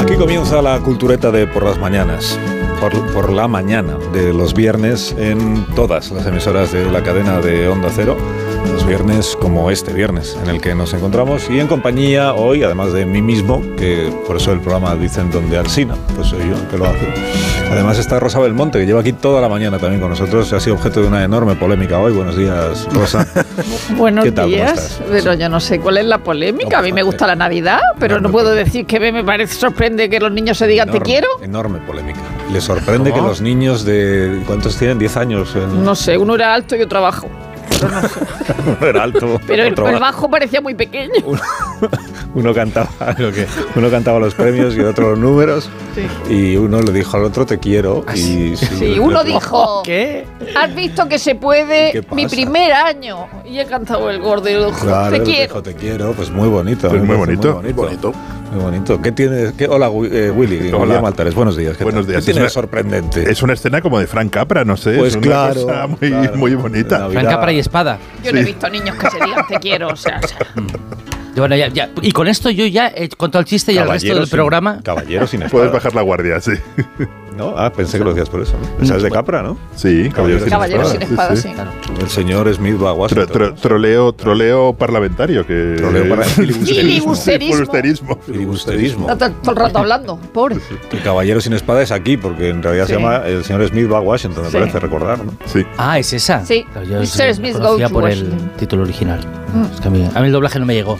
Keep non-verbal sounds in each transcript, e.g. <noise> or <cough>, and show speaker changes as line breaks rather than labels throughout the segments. Aquí comienza la cultureta de por las mañanas, por, por la mañana de los viernes en todas las emisoras de la cadena de Onda Cero. Los viernes como este viernes en el que nos encontramos y en compañía hoy, además de mí mismo, que por eso el programa dicen donde Alsina, pues soy yo el que lo hace. Además está Rosa Belmonte, que lleva aquí toda la mañana también con nosotros. Ha sido objeto de una enorme polémica hoy. Buenos días,
<laughs>
Rosa.
Buenos
¿Qué tal? ¿Cómo
días,
estás?
pero yo no sé cuál es la polémica. A mí me gusta la Navidad, pero
No,
no,
no,
puedo
pero-
decir que me, me parece sorprende que los niños se digan te
Enorme-
quiero.
Enorme polémica. Le sorprende
¿Cómo?
que los niños de... ¿Cuántos tienen? ¿10 años? en-
No sé, uno era alto y otro bajo,
Uno <laughs> era alto,
pero el,
otro
el
bajo.
bajo parecía muy pequeño.
Uno cantaba, <laughs> uno cantaba los premios y el otro los números.
Sí.
Y uno le dijo al otro te quiero.
Ah,
Y sí,
Sí,
el
uno
otro-
dijo,
¿Qué?
has visto que se
¿Qué
puede mi
pasa?
primer año y he cantado el gordo y el ojo,
Claro, el
te
otro
quiero.
dijo, te quiero. Pues muy bonito.
Pues
me
muy
parece
bonito.
Muy bonito. Muy bonito. ¿Qué tienes? qué- Hola, Wi- eh, Willy.
Hola.
Guillermo Altares. Buenos días. ¿qué
Buenos
tal?
días.
¿Qué
Es
tienes
una-
sorprendente?
Es una escena como de Frank Capra, no sé.
Pues
es una
claro,
cosa muy,
claro.
muy bonita.
Navidad.
Frank Capra y Espada.
Yo no he visto niños que se digan te quiero,
<laughs>
o sea, o sea,
Bueno, ya- ya. Y con esto yo ya, eh, con todo el chiste y el resto
Caballero
del
sin-
programa,
Caballero sin espada.
Puedes bajar la guardia, sí. <laughs>
¿No? Ah, pensé que lo decías por eso. Esa es de Capra, ¿no?
Mm. Sí,
Caballero sin
caballeros sin
espada,
espada, sí.
El señor Smith va a
Tro-
Washington.
tro- troleo, troleo parlamentario. Que <laughs>
Troleo para-
Filibusterismo.
Filibusterismo.
Filibusterismo.
Está todo todo el rato hablando, pobre.
El caballero sin espada es aquí, porque en realidad se
Sí.
llama el señor Smith va a Washington, me
Sí.
parece recordar, ¿no? <laughs>
Sí.
Ah, es esa.
Sí.
Claro, Yo
Mr.
sí, la
Smith Mm. Goes
conocía
to
por el
Washington.
título original. Es que a, mí, a mí el doblaje no me llegó.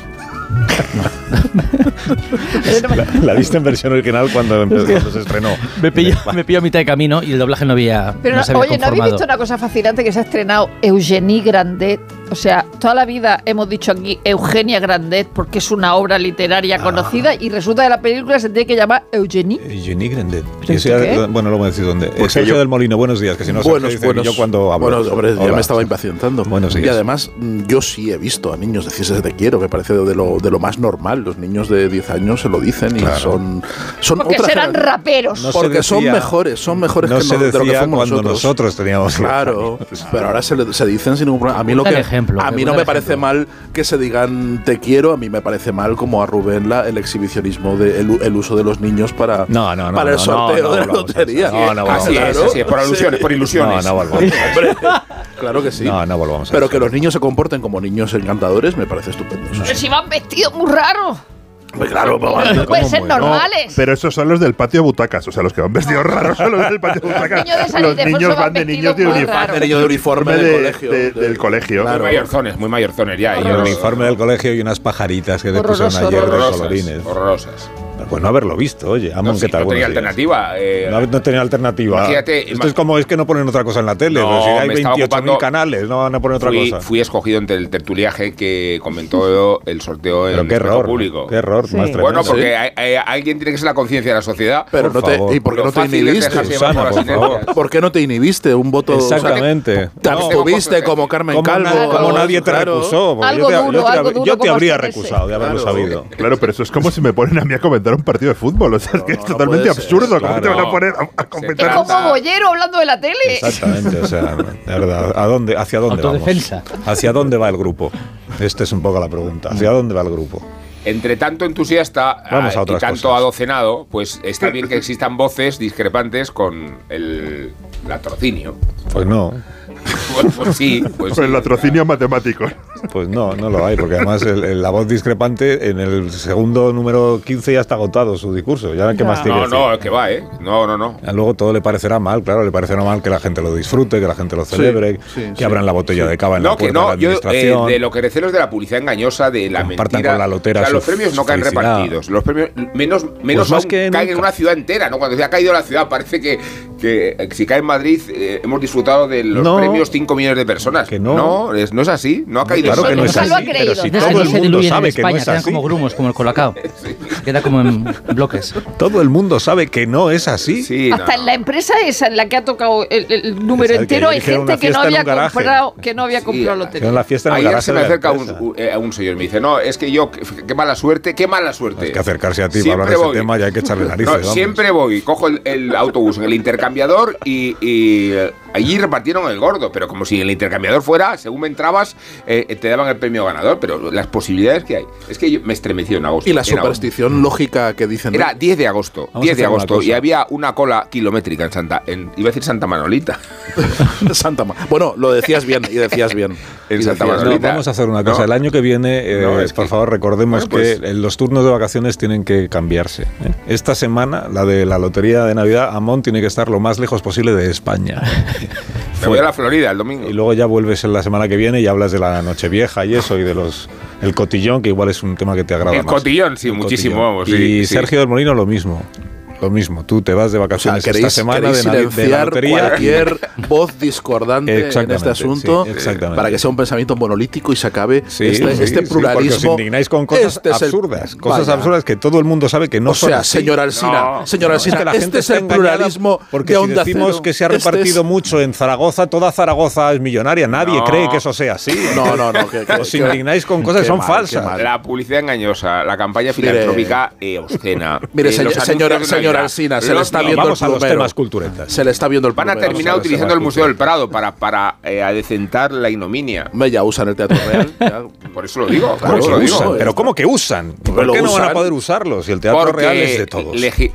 La, la viste en versión original cuando, empezó, cuando se estrenó.
Me pilló, <laughs> me pilló a mitad de camino y el doblaje no había.
Pero
no
no-
se había
oye, ¿no habéis
conformado.
visto una cosa fascinante que se ha estrenado Eugenie Grandet? O sea, toda la vida hemos dicho aquí Eugenia Grandet porque es una obra literaria conocida y resulta que la película se tiene que llamar Eugenie.
Ah. Eh, Jenny Grandet.
¿Pero
Ese-
esto qué?
Bueno, lo voy a decir dónde. Eh,
Porque
Sergio
yo-
del Molino, buenos días, que si no Sergio
buenos,
dice que
buenos.
yo cuando hablo.
Buenos, hombre, ya
Hola.
me estaba impacientando.
Buenos días.
Y además, mm, yo sí he visto a niños decirse te quiero, me parece de lo, de lo más normal. Los niños de 10 años se lo dicen
Claro.
y son. son
Porque
otra
serán
generación.
raperos.
No se
Porque son
decía-
mejores, son mejores
no
que
se
no- de lo que
decía
fuimos
cuando nosotros,
nosotros.
teníamos. <laughs>
Claro, pues, pero ahora se, le- se dicen sin ningún problema. A mí, lo
Buen
que,
ejemplo,
a mí
buen
no me
ejemplo.
parece mal que se digan te quiero, a mí me parece mal como a Rubén la, el exhibicionismo, de, el, u- el uso de los niños para,
No, no, no,
para el
no,
sorteo
no, no
de la
volvamos a eso.
lotería. Ah,
No, no,
Así
volvamos a
es,
eso.
así es, por alusiones, por
No, no <laughs> volvamos.
Hombre, claro que sí.
No, no volvamos a
Pero
eso.
que los niños se comporten como niños encantadores me parece estupendo. Eso
Pero
sí.
si van vestidos muy raros.
Pues Claro,
Pero no
vamos.
pueden ser
muy- no,
normales.
Pero esos son los del patio butacas, o sea, los que van
<laughs>
vestidos raros son los del patio butacas.
niños de San
los
Ildefonso
niños
van
van de niños
vestidos
de
muy
uniforme.
raros.
Niño de uniforme
de-
del colegio.
de- del colegio.
Claro.
Muy mayorzones, muy mayorzones ya.
Y
y
el
yo-
uniforme del colegio y unas pajaritas que te pusieron
Horroroso,
ayer de
horrorosas,
colorines.
horrorosas.
Pues no haberlo visto, oye. Amon,
No,
¿qué
sí,
tal?
no tenía
Buenos días.
alternativa. eh,
No, no tenía alternativa.
Imagínate,
Esto
ima-
es como es que no ponen otra cosa en la tele.
No,
pero si hay
me estaba
28.000
ocupando-
canales, no van a poner otra
fui,
cosa.
fui escogido entre el tertuliaje que
<laughs>
comentó el sorteo en
Pero
el
qué error.
público.
Qué error
Sí.
más
Bueno,
tremendo.
Bueno, porque hay- hay- alguien tiene que ser la conciencia de la sociedad.
Pero
Por
no
favor.
te, ¿Y por qué
Lo
no te
fácil es
inhibiste?
dejarse llevar
Susana,
por
por
las
favor.
tendencias.
¿Por qué no te inhibiste? Un voto.
Exactamente.
Te
No.
abstuviste como Carmen
Como,
Calvo.
na- como
claro,
nadie te
claro.
recusó. porque
Algo
yo te,
duro,
yo te-
algo
yo
duro
te
como
habría
hasta ese.
recusado de haberlo
Claro.
sabido.
Claro, pero eso es como si me ponen a mí a comentar un partido de fútbol. O sea, es que
No,
es
no
totalmente
puede ser,
absurdo. ¿Cómo te
claro.
van a poner a, a comentar?
Es
Pero-
como Bollero hablando de la tele.
Exactamente, o sea, de verdad, ¿a dónde, ¿hacia dónde vamos?
Autodefensa.
¿Hacia dónde va el grupo? Esta es un poco la pregunta. ¿Hacia
Mm.
dónde va el grupo?
Entre tanto entusiasta
Vamos
ah,
a
y
otras
tanto
cosas.
adocenado, pues está
<laughs>
bien que existan voces discrepantes con el latrocinio. <laughs>
Pues no.
Pues, pues sí, pues sí.
el latrocinio matemático.
Pues no, no lo hay, porque además el- el- la voz discrepante en el segundo número 15 ya está agotado su discurso. Ya, ¿qué
Ya.
más tiene
Ah, No,
que
no,
decir?
es que va, ¿eh? No, no, no.
Ya Luego todo le parecerá mal, claro, le parecerá mal que la gente lo disfrute, que la gente lo celebre,
sí,
que
sí.
abran la botella de cava en la
No, que
puerta
no,
de
yo
la administración.
eh, de lo que recelo es de la publicidad engañosa, de la
Compartan
mentira.
con la lotera
o sea,
su
los premios no caen
felicidad. Pues
repartidos. Los premios, menos, menos
más
aún
que
caen en
nunca.
una ciudad entera, ¿no? Cuando se ha caído la ciudad, parece que, que si cae en Madrid eh, hemos disfrutado de los
No.
premios 5 millones de personas.
Que no.
No, es, no es así, no ha caído
Claro
solo.
que no es
Nunca
así,
lo ha
pero
creído.
si
Nada,
Esas
todo
no
el
se
mundo
diluyen en
sabe que no
España,
es
quedan
así.
como grumos, como el colacao. Queda como en bloques.
Todo el mundo sabe que no es así.
Sí, no,
Hasta
no.
en la empresa esa en la que ha tocado el, el
Pensaba
número
que
entero hay
hicieron
gente
una
que no
fiesta en
había
un garaje.
comprado que no había
Sí,
comprado
ah,
Hicieron
lotería.
la fiesta en el
Ayer
garaje
se me
de la
acerca
empresa.
un, eh, un señor y me dice, no, es que yo, qué, qué mala suerte, qué mala suerte.
Es que acercarse a ti
Siempre
para hablar de
voy.
ese tema ya hay que
<laughs>
echarle narices.
No,
vamos.
siempre voy, cojo el, el autobús en el intercambiador y, y, eh, allí repartieron el gordo, pero como si el intercambiador fuera, según me entrabas, eh, eh, te daban el premio ganador, pero las posibilidades que hay. Es que yo- me estremeció en agosto.
Y la
en agosto.
superstición lógica que dicen. ¿no?
Era 10 de agosto,
Vamos a
10 de
hacer una
agosto, y
cosa.
había una cola kilométrica en Santa, en, iba a decir Santa Manolita. <laughs>
<laughs> Santa Ma- Bueno, lo decías bien y decías bien.
<laughs> En
Y
Santa
decías
No,
Manolita.
bien.
vamos a hacer una cosa.
No.
El año que viene, eh,
No, es
por
que-
favor, recordemos
Bueno, pues-
que eh, los turnos de vacaciones tienen que cambiarse. ¿eh? Esta semana, la de la lotería de Navidad, Amón tiene que estar lo más lejos posible de España.
Me voy a la Florida el domingo.
Y luego ya vuelves en la semana que viene y hablas de la Nochevieja y eso, y de los el cotillón, que igual es un tema que te agrada
El
más.
cotillón, sí, muchísimo, vamos, sí,
y
sí.
Sergio del Molino lo mismo. Lo mismo, tú te vas de vacaciones esta semana de,
queréis
Navi- de la
silenciar
lotería.
<laughs>
cualquier voz discordante en
Exactamente,
este asunto
sí, exactamente.
para que sea un pensamiento monolítico y se acabe
Sí,
este,
sí,
este
sí,
pluralismo.
porque os indignáis con cosas
Este es el-
absurdas, cosas
Vaya.
absurdas que todo el mundo sabe que no
o
son
sea,
así.
señor Alsina,
No,
señor
No,
Alsina,
es que la gente
este es
está
el
engañada
pluralismo
porque
de
si
onda
decimos
Cero.
que se ha
Este es-
repartido mucho en Zaragoza, toda Zaragoza es millonaria, nadie
No.
cree que eso sea así.
No, no, no. que- que-
Os
que-
indignáis con cosas que
qué
son
mal,
falsas.
qué mal.
La publicidad engañosa, la campaña
Mire.
filantrópica eh, obscena.
<laughs> Mire,
Eh,
señor-
los anuncios
señora-
de
señora
Navidad.
Alsina, se le
Los
está
niños.
viendo el
<laughs> Vamos a los
plumero.
temas culturetas.
Se le está viendo el
Van a
plumero.
Vamos
terminar
a ver,
utilizando el
Sebastián.
Museo del Prado para, para eh, adecentar la ignominia.
<laughs>
Hombre, ya usan el Teatro Real. ya.
Por eso lo digo.
Claro,
por
¿Cómo
eso
que
lo
sí,
digo.
usan?
eh,
¿Pero cómo que usan? ¿Por
lo
qué no van a
usan
poder usarlos? Si el teatro
Porque
real es de todos. <laughs>
legi-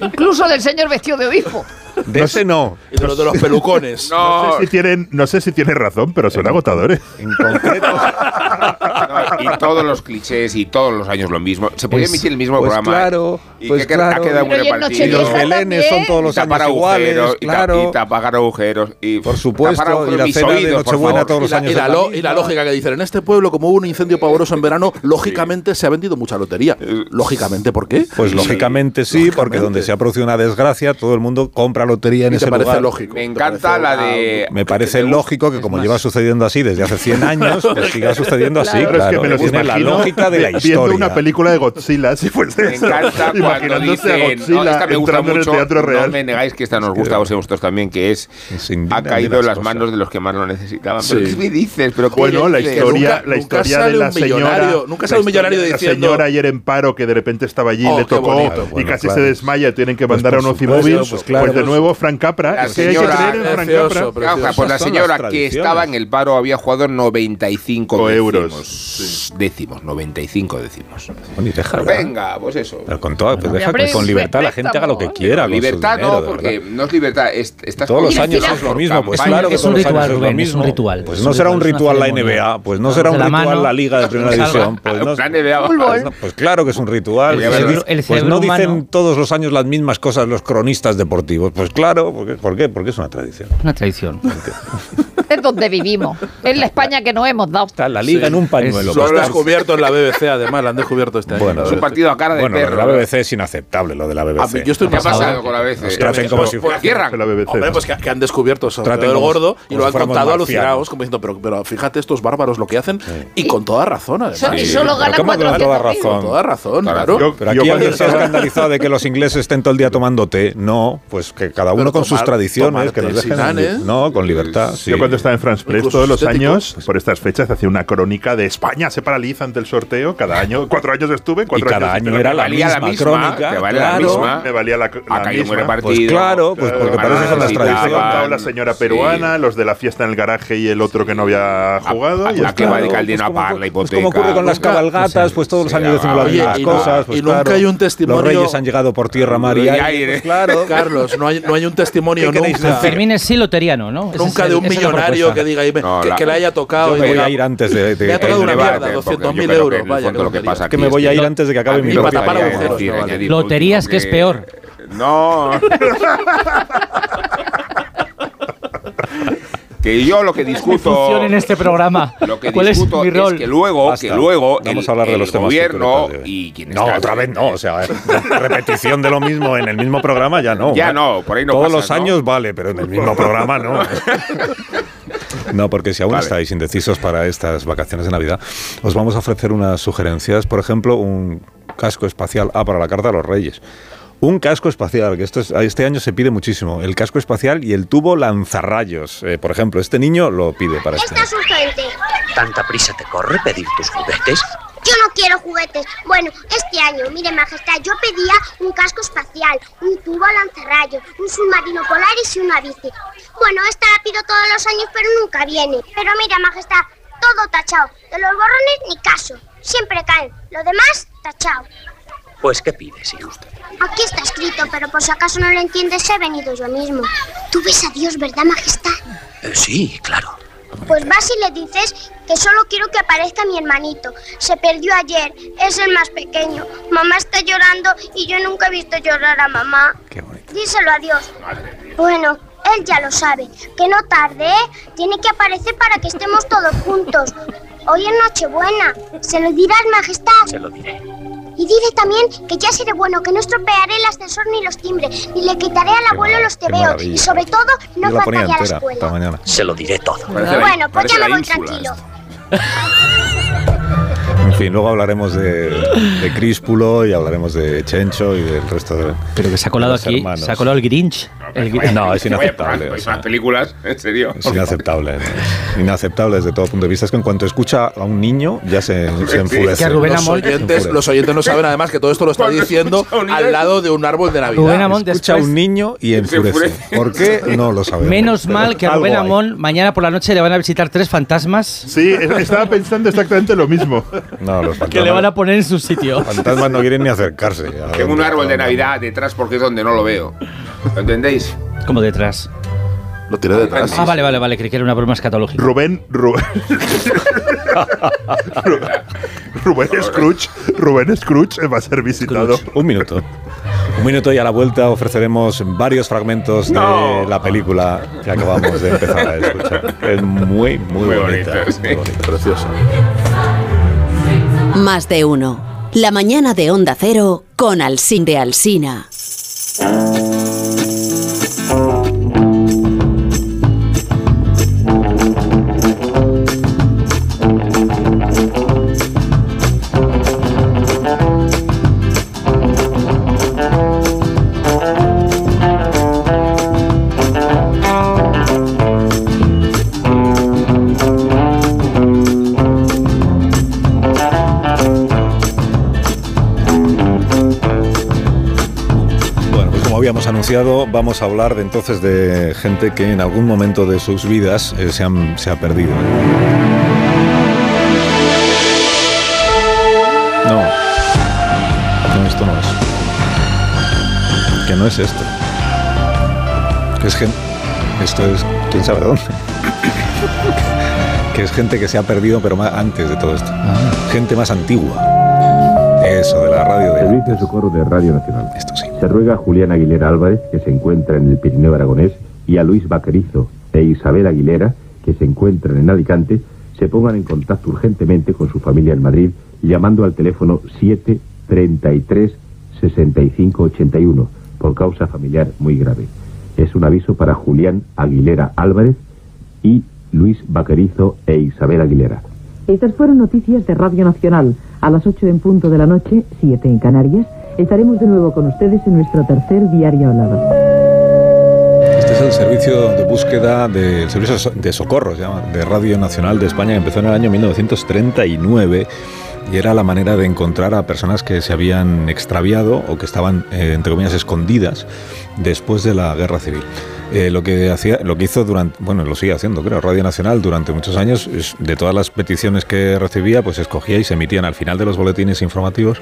Incluso del señor vestido de obispo.
De ese no.
<laughs> Y de los, de los pelucones.
<laughs>
No
no,
sé si tienen, no sé si tienen razón, pero son agotadores.
En concreto.
no, y todos los clichés y todos los años lo mismo. Se podía
Pues-
emitir el mismo
pues
programa.
claro,
Y
pues
que queda-
claro.
ha quedado muy
Pero y en
Y
repartido.
los
Nochevieja
belenes son
también.
todos los
Y tapar
años iguales,
agujeros, y ta-
claro.
y tapar agujeros. Y
Por supuesto,
tapar agujeros
y la
en mis
cena de
oídos, por
Nochebuena
favor.
todos
Y
los
la,
años
y la
es la
lo- y la
misma.
lógica que dicen, en este pueblo, como hubo un incendio pavoroso en verano, lógicamente se ha vendido mucha lotería.
Eh,
Lógicamente, ¿por qué?
Pues
Sí.
lógicamente sí, porque donde se ha producido una desgracia, todo el mundo compra lotería en
¿Y
ese
te parece
lugar.
lógico?
Me
¿Te
encanta
parece
la
algo-
de.
Me parece lógico que como lleva sucediendo así desde hace 100 años, pues siga sucediendo así,
Pero
claro.
es que me los
Tiene la
imagino
lógica de la
vi-
historia.
Viendo una película de Godzilla, si fuese
Me
eso.
encanta cuando
Imaginándose a
dicen, no,
Godzilla
esta me gusta
entrando en el
mucho,
Teatro
no
Real.
me negáis que esta nos gusta a vosotros también, que es
Se indignan
ha
de
caído
las
en las
cosas.
manos de los que más lo necesitaban.
Sí.
¿Pero qué me dices? ¿Pero qué
Bueno, la
dices?
historia,
Nunca-
la
nunca
historia
sale
de la
un
señora.
millonario, nunca sale un
la
millonario
historia de La
diciendo-
señora ayer en paro que de repente estaba allí,
Oh,
le
qué
tocó
bonito.
y
Bueno,
casi
claro.
se desmaya, tienen que
Pues
mandar
por
a un
supuesto,
ocimóvil.
pues
Pues,
claro.
de nuevo, Frank Capra.
La
Es que hay que
señora-
creer en Frank
Precioso,
Capra.
pero-
Claro, pues la
Esas son
señora
las
que
tradiciones.
estaba en el paro había jugado 95
O
décimos.
euros.
Décimos, 95 décimos.
Bueno, y déjala.
Venga, pues eso.
Pero con todo, pues deja
hombre,
que con libertad la gente haga lo que
respeta,
quiera. con su
libertad
dinero,
no,
de
porque
verdad.
no es libertad. es- estás
Todos los
Y al
años
final-
es lo mismo, pues
Campaña.
claro que
Es un
todos los años
ritual,
es lo
Rubén, es
mismo.
un ritual.
Pues
Es
no
un
será un
ritual, es una
ritual la
ceremonia.
NBA, pues no
Vamos
será
de
un
la
ritual
mano.
la Liga
<laughs>
de Primera
Salga.
División, pues no-
Plan NBA,
Pues, no, pues claro que es un ritual.
El
Pues di-
cerebro-
el
pues no
cerebro
dicen
humano.
todos los años las mismas cosas los cronistas deportivos. Pues claro, ¿por qué? ¿Por qué? Porque es una tradición.
Una traición.
Es donde vivimos. Es la España que nos hemos dado.
Está la liga en un pañuelo.
Lo
pues,
han
está-
descubierto en la BBC, además, lo han descubierto este año.
Bueno,
La
Es un
BBC.
partido a cara de
bueno, lo de
perro.
la BBC es inaceptable, lo de la BBC.
A mí- Ah, yo estoy
¿Qué ha
pasado.
pasado con la
Nos
BBC?
traten como si
Pues
fuera-
cierran.
La BBC.
Hombre, pues que, que han descubierto sobre
Traten
todo el
como-
gordo y
como
lo
si
han
fuéramos
contado
marcianos.
alucinados, como diciendo, pero, pero fíjate estos bárbaros lo que hacen, y con toda razón,
So-
además.
y
Sí,
solo
pero
gana
¿cómo que da toda
400.000.
razón?
Con toda razón,
Toda
claro.
razón.
Pero aquí
Yo
alguien
cuando-
se ha escandalizado de que los ingleses estén todo el día tomando té. No, pues que cada uno
Pero
con sus
tomar-
tradiciones,
tomar
que nos
té sin
dejen.
nada, ¿eh?
No, con libertad. sí.
Yo cuando estaba en France Press
Incluso
todos los
estético.
años, por estas fechas, hacía una crónica de España se paraliza ante el sorteo. Cada año, <laughs> cuatro años estuve,
y
cuatro
cada
años
año
esperando.
era la
valía
misma,
la misma,
crónica.
que valía la
Pues claro.
misma.
Me valía la, la
Ha caído un
misma.
buen partido.
Pues claro, pues porque
Ah,
para eso son las
sí,
tradiciones.
ha contado la señora peruana, los de la fiesta en el garaje y el otro que no
Ah,
había jugado.
a-
y
la
es
que va de
claro.
Caldino a pagar la
Pues
hipoteca.
como ocurre con las
Nunca-
cabalgatas, pues todos los
Sí,
años decimos las
oye,
mismas
y no-
cosas. pues
y nunca
claro,
hay un testimonio-
Los reyes han llegado por tierra, mar y
Y
aire,
aire.
pues claro.
Carlos, no hay, no hay hay un testimonio
¿Qué queréis
nunca,
decir?
Fermín es sí loteriano, ¿no? Esa
nunca
es
de
el-
un
esa es la
millonario
propuesta.
que diga ahí, me-
No,
que,
la-
que le haya
Yo
tocado. y
me voy
diga,
a ir antes de, de-
Me ha tocado
de-
una
de-
mierda,
debate, porque
200.000
yo creo
euros,
que en el
vaya, qué
fondo lo que
tontería.
pasa
Es que
aquí
me voy a ir
yo-
antes de que acabe
a mí
mi
me
para
propia-
tapar
gustaría
agujeros,
decir,
chavales.
añadir lo
Loterías que es peor.
No. <laughs> que yo lo que discuto.
Función en este programa.
Lo que
¿Cuál es
discuto
mi
es,
rol?
que luego,
Basta.
que luego
Vamos
el,
a hablar de
el
los temas
gobierno
culturales de hoy.
y quien
No,
está-
otra vez no, o
<laughs>
sea, repetición de lo mismo en el mismo programa ya no. ¿eh?
Ya no, por ahí no
Todos
pasa,
los
¿no?
años vale, pero en el
<laughs>
mismo programa no. No, porque si aún
Vale.
estáis indecisos para estas vacaciones de Navidad, os vamos a ofrecer unas sugerencias. Por ejemplo, un casco espacial. Ah, para la carta de los Reyes. Un casco espacial, que esto es- este año se pide muchísimo. El casco espacial y el tubo lanzarrayos. Eh, por ejemplo, este niño lo pide para este. año.
urgente.
¿Tanta prisa te corre pedir tus juguetes?
Yo no quiero juguetes. Bueno, este año, mire, majestad, yo pedía un casco espacial, un tubo lanzarrayos, un submarino polaris y una bici. Bueno, esta la pido todos los años, pero nunca viene. Pero mire, majestad, todo tachado. De los borrones ni caso. Siempre caen. Lo demás, tachado.
Pues ¿qué pides, hijo?
Aquí está escrito, pero por si acaso no lo entiendes, he venido yo mismo. Tú ves a Dios, ¿verdad, majestad?
Eh, sí, claro.
Pues vas y le dices que solo quiero que aparezca mi hermanito. Se perdió ayer, es el más pequeño. Mamá está llorando y yo nunca he visto llorar a mamá.
Qué bonito.
Díselo a Dios. Bueno, él ya lo sabe. Que no tarde, ¿eh? Tiene que aparecer para que estemos todos juntos. Hoy es Nochebuena. Se lo dirás, majestad.
Se lo diré.
Y dile también que ya seré bueno, que no estropearé el ascensor ni los timbres, ni le quitaré al abuelo
mar-
los
qué
tebeos.
maravilla.
Y sobre todo, no
Yo la
faltaré a
ponía
la
entera para
escuela.
mañana.
Se lo diré todo.
Parece la-
Bueno, pues
parece
ya
la
me voy
ínsula
tranquilo.
esto.
En fin, luego hablaremos de, de Críspulo y hablaremos de Chencho y del resto de.
Pero que se ha colado
de los
aquí,
hermanos.
se ha colado el Grinch. El Grinch.
No, es <laughs>
<laughs>
Oye,
inaceptable.
pues,
o sea.
Las películas, en serio.
Es inaceptable. ¿no? Inaceptable desde todo punto de vista. Es que en cuanto escucha a un niño, ya se, se enfurece.
que a Rubén
Los
Amón-
oyentes, los oyentes no saben además que todo esto lo está
Cuando
diciendo
escucha un niño-
al lado de un árbol de Navidad.
Rubén Amón
Escucha a
después.
un niño y enfurece.
enfurece.
¿Por qué? No lo sabemos.
Menos
pero
mal que a
algo
Rubén
hay.
Amón mañana por la noche le van a visitar tres fantasmas
Sí, es- estaba pensando exactamente lo mismo.
<laughs>
No, los fantasmas,
que le van a poner en
<laughs>
su sitio.
fantasmas no quieren ni acercarse.
Tengo un árbol
<laughs>
de Navidad detrás porque es donde no lo veo. ¿Lo entendéis?
Como detrás.
Lo tiré detrás.
Ah, vale, vale, vale, creí que era una broma escatológica.
Rubén, <laughs> Rubén. Rubén Scrooge. Rubén Scrooge eh, va a ser visitado.
Un minuto. Un minuto y a la vuelta ofreceremos varios fragmentos de la película que acabamos de empezar a escuchar. Es muy, muy,
Muy
bonita.
bonito, sí.
muy bonita.
Precioso.
Más de uno. La mañana de Onda Cero con Alcin de Alsina.
Bueno, pues como habíamos anunciado, vamos a hablar de entonces de gente que en algún momento de sus vidas eh, se, han- se ha perdido. No, no, esto no es. Que no es esto. Que es gente. Esto es. quién sabe dónde. que es gente que se ha perdido, pero más antes de todo esto. Gente más antigua. Eso, de la radio de.
Servicio de Socorro de Radio Nacional.
Esto sí.
Se ruega a Julián Aguilera Álvarez, que se encuentra en el Pirineo Aragonés, y a Luis Vaquerizo e Isabel Aguilera, que se encuentran en Alicante, se pongan en contacto urgentemente con su familia en Madrid, llamando al teléfono 733-6581, por causa familiar muy grave. Es un aviso para Julián Aguilera Álvarez y Luis Vaquerizo e Isabel Aguilera.
Estas fueron noticias de Radio Nacional. A las 8 en punto de la noche, 7 en Canarias, estaremos de nuevo con ustedes en nuestro tercer diario hablado.
Este es el servicio de búsqueda del servicio so- de socorro se llama, de Radio Nacional de España que empezó en el año 1939 y era la manera de encontrar a personas que se habían extraviado o que estaban eh, entre comillas escondidas después de la Guerra Civil. Eh, lo que hacía, lo que hizo durante, bueno, lo sigue haciendo, creo, Radio Nacional durante muchos años, es- de todas las peticiones que recibía, pues escogía y se emitían al final de los boletines informativos,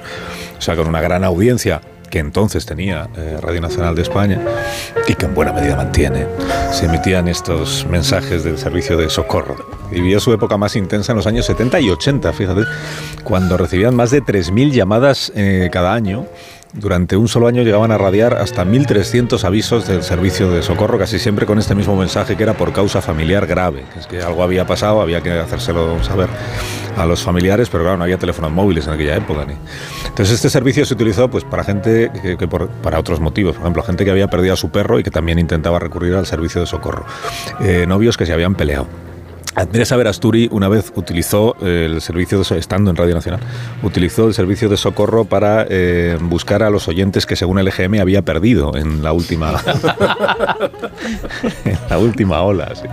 o sea, con una gran audiencia que entonces tenía eh, Radio Nacional de España y que en buena medida mantiene, se emitían estos mensajes del servicio de socorro. Vivió su época más intensa en los años 70 y 80, fíjate, cuando recibían más de 3.000 llamadas eh, cada año. Durante un solo año llegaban a radiar hasta 1.300 avisos del servicio de socorro, casi siempre con este mismo mensaje que era por causa familiar grave. Es que algo había pasado, había que hacérselo saber a los familiares, pero claro, no había teléfonos móviles en aquella época. ni- Entonces este servicio se utilizó pues, para gente, que, que por- para otros motivos, por ejemplo, gente que había perdido a su perro y que también intentaba recurrir al servicio de socorro. Eh, novios que se habían peleado. Andrés Averasturi una vez utilizó eh, el servicio, de so- estando en Radio Nacional, utilizó el servicio de socorro para eh, buscar a los oyentes que según el EGM había perdido en la última, <laughs> en la última ola. sí.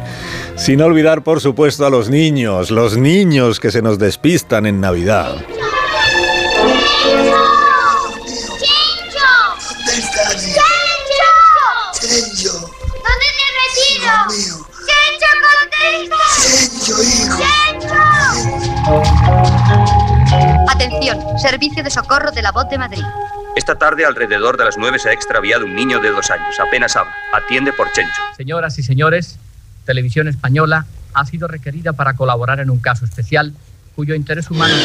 Sin olvidar, por supuesto, a los niños, los niños que se nos despistan en Navidad.
¿Dónde te has metido? ¡Chencho, contesta! ¡Chencho, hijo!
Atención, servicio de socorro de la voz de Madrid.
Esta tarde, alrededor de las 9, se ha extraviado un niño de dos años. Apenas habla. Atiende por Chencho.
Señoras y señores, Televisión Española ha sido requerida para colaborar en un caso especial cuyo interés humano...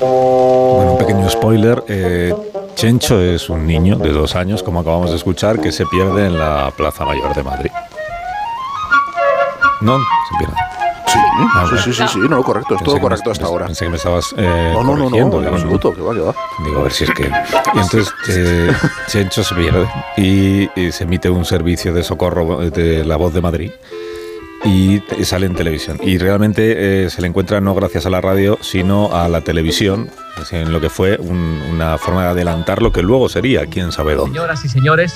Bueno, un pequeño spoiler. eh, Chencho es un niño de dos años, como acabamos de escuchar, que se pierde en la Plaza Mayor de Madrid. No, se pierde. Sí,
sí, sí, sí, sí, no, correcto, es todo correcto hasta ahora.
Pensé que me estabas. eh,
No, no, no, no,
corrigiendo,
en
digo,
absoluto, que va, que va.
Digo, a ver si es que. Y entonces eh, Chencho se pierde y, y se emite un servicio de socorro de la voz de Madrid y te- sale en televisión. Y realmente eh, se le encuentra no gracias a la radio, sino a la televisión, es en lo que fue un- una forma de adelantar lo que luego sería, quién sabe dónde.
Señoras y señores,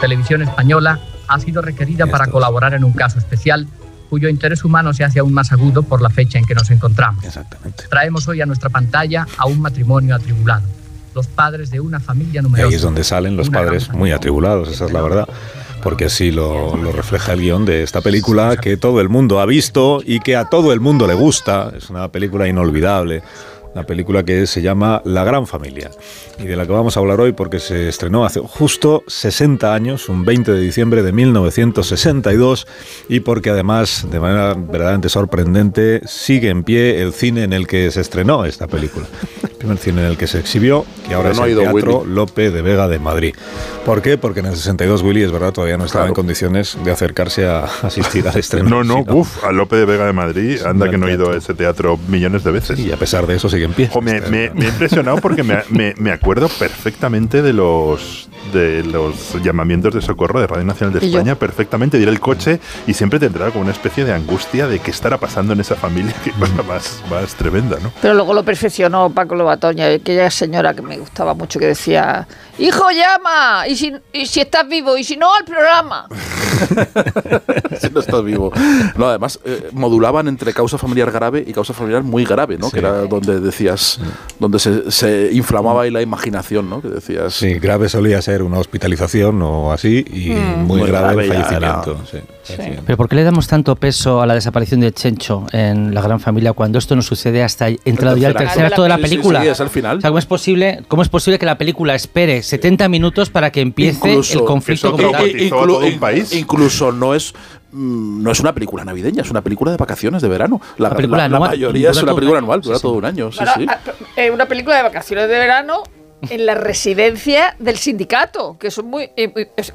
Televisión Española ha sido requerida para colaborar en un caso especial cuyo interés humano se hace aún más agudo por la fecha en que nos encontramos.
Exactamente.
Traemos hoy a nuestra pantalla a un matrimonio atribulado, los padres de una familia
Y
numerosa.
ahí es donde salen los padres muy atribulados, esa es la verdad. Porque así lo, lo refleja el guión de esta película que todo el mundo ha visto y que a todo el mundo le gusta. Es una película inolvidable. Una película que se llama La Gran Familia y de la que vamos a hablar hoy porque se estrenó hace justo 60 años, un 20 de diciembre de 1962, y porque además, de manera verdaderamente sorprendente, sigue en pie el cine en el que se estrenó esta película. El primer cine en el que se exhibió, que ahora
Pero no
es
ha
el
ido
Teatro
Willy.
Lope de Vega de Madrid. ¿Por qué? Porque en el 62 Willy, es verdad, todavía no estaba en condiciones de acercarse a <laughs> asistir al estreno.
No, no,
Si
uff, a Lope de Vega de Madrid, anda que no he ido a ese teatro millones de veces.
Y a pesar de eso sigue en pie.
me, me- me he impresionado porque me, me- me acuerdo perfectamente de los de los llamamientos de socorro de Radio Nacional de
Y yo.
España, perfectamente, diré el coche y siempre te entraba como una especie de angustia de qué estará pasando en esa familia, que cosa más, más tremenda, ¿no?
Pero luego lo perfeccionó Paco Lobatoña, aquella señora que me gustaba mucho que decía, hijo llama, y si, y si estás vivo, y si no, al programa.
<laughs> Si no estás vivo. No, además, eh, modulaban entre causa familiar grave y causa familiar muy grave, ¿no? Que era donde decías, donde se, se inflamaba ahí la imaginación, ¿no? Que decías.
Sí, grave solía ser una hospitalización o así, y
Mm.
muy,
Muy
grave,
grave
el
ya
fallecimiento.
era.
sí.
Pero ¿por qué le damos tanto peso a la desaparición de Chencho en La Gran Familia cuando esto no sucede hasta entrado ya el tercer acto de la
Sí, sí,
película?
sí, es al final.
O sea, ¿cómo es posible, cómo es posible que la película espere 70 minutos para que empiece el conflicto
que
como
eso
tal?
traumatizó a todo un país. Incluso no es mm, no es una película navideña, es una película de vacaciones de verano. La,
Una película
la- la
anual,
mayoría es
dura
una
todo
película
un año.
anual, dura
Sí, sí.
todo un año. Sí,
Para-
sí.
a- eh, una película de vacaciones de verano en la residencia del sindicato, que son muy... eh, muy- es-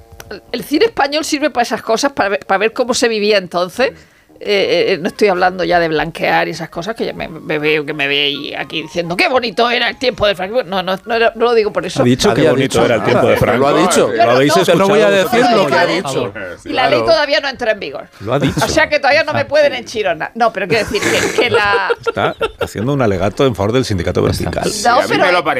el cine español sirve para esas cosas, para ver, para ver cómo se vivía entonces. Eh, eh, no estoy hablando ya de blanquear y esas cosas que ya me, me veo que me veis aquí diciendo qué bonito era el tiempo de Franco. No, no, no, era- no lo digo por eso.
Ha dicho que
Había
bonito
dicho
era el
nada.
tiempo de Franco.
Lo ha dicho.
Lo habéis
No,
escuchado.
no voy a decir
vosotros.
lo que ha
Por
dicho.
favor. Y la ley
Claro.
todavía no entra en vigor.
Lo ha dicho.
O sea que todavía no me pueden enchironar. No, pero quiero decir que,
<laughs>
que la,
Está haciendo un alegato en favor del sindicato vertical.
No,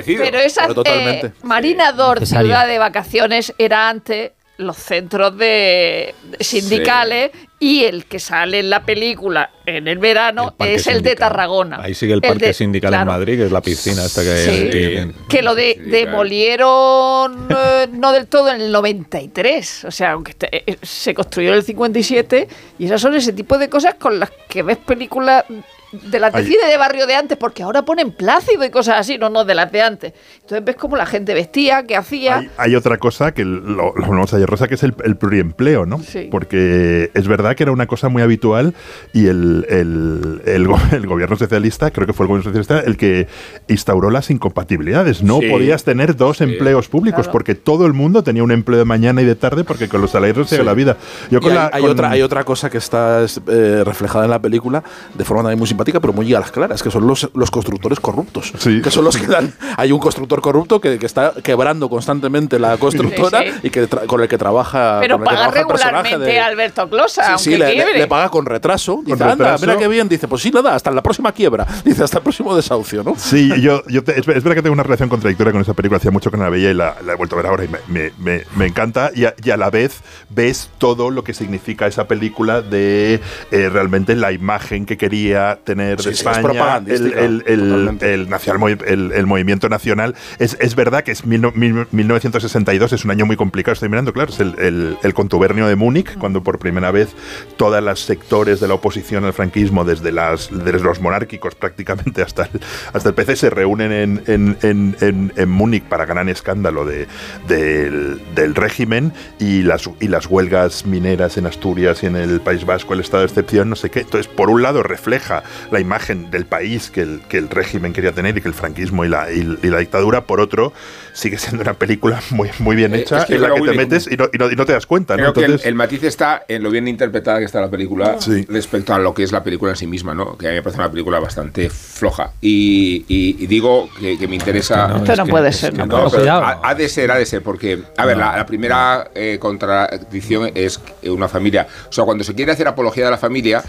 pero esa eh, Marina Dor,
Necesario.
ciudad de vacaciones, era antes los centros de de sindicales Y el que sale en la película en el verano
parque
es el de
sindical.
Tarragona.
Ahí sigue el parque sindical
claro,
en Madrid, que es la piscina esta que hay.
Sí.
que-
Que lo de, demolieron eh, no del todo en el 93. O sea, aunque este- eh, eh, se construyó en el 57. Y esas son ese tipo de cosas con las que ves películas de las de
Ay.
cine de barrio de antes, porque ahora ponen plácido y cosas así, no, no, de las de antes. Entonces ves cómo la gente vestía, qué hacía.
ah,
Hay otra cosa que lo, lo hablamos ayer, Rosa, que es el, el pluriempleo, ¿no?
Sí.
Porque es verdad que era una cosa muy habitual y el, el- el go- el gobierno socialista, creo que fue el gobierno socialista, el que instauró las incompatibilidades. No
Sí.
podías tener dos empleos públicos
Claro.
porque todo el mundo tenía un empleo de mañana y de tarde porque con los salarios se
Sí.
llega la vida. Yo
Y
con
hay,
la-
hay
con-
otra, hay otra cosa que está es, eh, reflejada en la película de forma también muy simpática, pero muy a las claras, que son los, los constructores corruptos. Que son los que dan. Hay un constructor corrupto que, que está quebrando constantemente la constructora
Sí, sí.
y que tra- con el que trabaja.
Pero
con el que
paga
trabaja el personaje
regularmente
de-
a Alberto Closa,
Sí, sí,
aunque
le, le-
quiebre.
le paga con retraso. Dice,
Con
anda,
retraso.
mira qué bien. Dice, pues sí, nada, hasta la próxima quiebra. <laughs> Dice, hasta el próximo desahucio, ¿no?
Sí, yo, yo te- es, ver- es verdad que tengo una relación contradictoria con esa película. Hacía mucho que no la veía y la, la he vuelto a ver ahora y me, me- me- me encanta. Y a, y a la vez ves todo lo que significa esa película de eh, realmente la imagen que quería tener
Sí,
de
sí, es
España, el,
propagandística,
el- el-
totalmente.
el nacional, movi- el, el movimiento nacional. Es, es verdad que es mil no- mil- 1962, es un año muy complicado. Estoy mirando, claro, es el, el- el contubernio de Múnich,
Mm.
cuando por primera vez todas las sectores de la oposición al franquismo, desde, las, desde los monárquicos prácticamente hasta el, hasta el PC, se reúnen en, en- en- en- en Múnich para gran escándalo de, del, del régimen y las, y las huelgas mineras en Asturias y en el País Vasco, el estado de excepción, no sé qué. Entonces, por un lado, refleja la imagen del país que el, que el régimen quería tener y que el franquismo y la, y- y la dictadura, por otro, sigue siendo una película muy, muy bien
Eh,
hecha
es que
en la
creo,
que te
Willy,
metes y no, y no- y no te das cuenta. ¿no?
Creo que el,
Entonces-
el matiz está en lo bien interpretada que está la película respecto a lo que es la película en sí misma, ¿no? Que a mí me parece una película bastante floja. Y, y- y digo que, que me interesa.
no, Esto es no que- puede es ser, que no.
No,
Pero
pero
cuidado.
ha, ha de ser, ha de ser, porque, a ver, la, la primera eh, contradicción es una familia. O sea, cuando se quiere hacer apología de la familia.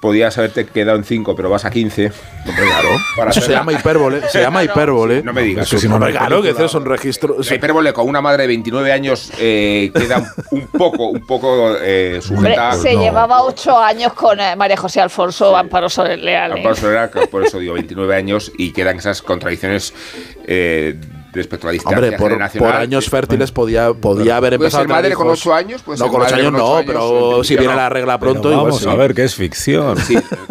Podías haberte quedado en 5, pero vas a 15. Claro.
Eso se llama hipérbole, se llama hipérbole.
No me digas.
Eso es una
Hombre,
película.
es un
registro.
La hipérbole con una madre de 29 años eh, queda un un poco, un poco eh,
Hombre,
sujeta.
se
No.
llevaba ocho años con eh, María José Alfonso Amparo Soler Leal. ¿eh?
Amparo Soler, que por eso digo 29 años y quedan esas contradicciones eh, respecto a la distancia
Hombre, por,
generacional. eh,
por años fértiles podía, podía haber
¿Puede
empezado.
ser
a tener
madre con
hijos.
ocho años? ¿Puede
No,
ser
con ocho
madre
años
con
no,
ocho años?
pero si
Ya
viene
no.
la regla
Pero
pronto,
vamos
igual.
a ver, que es ficción.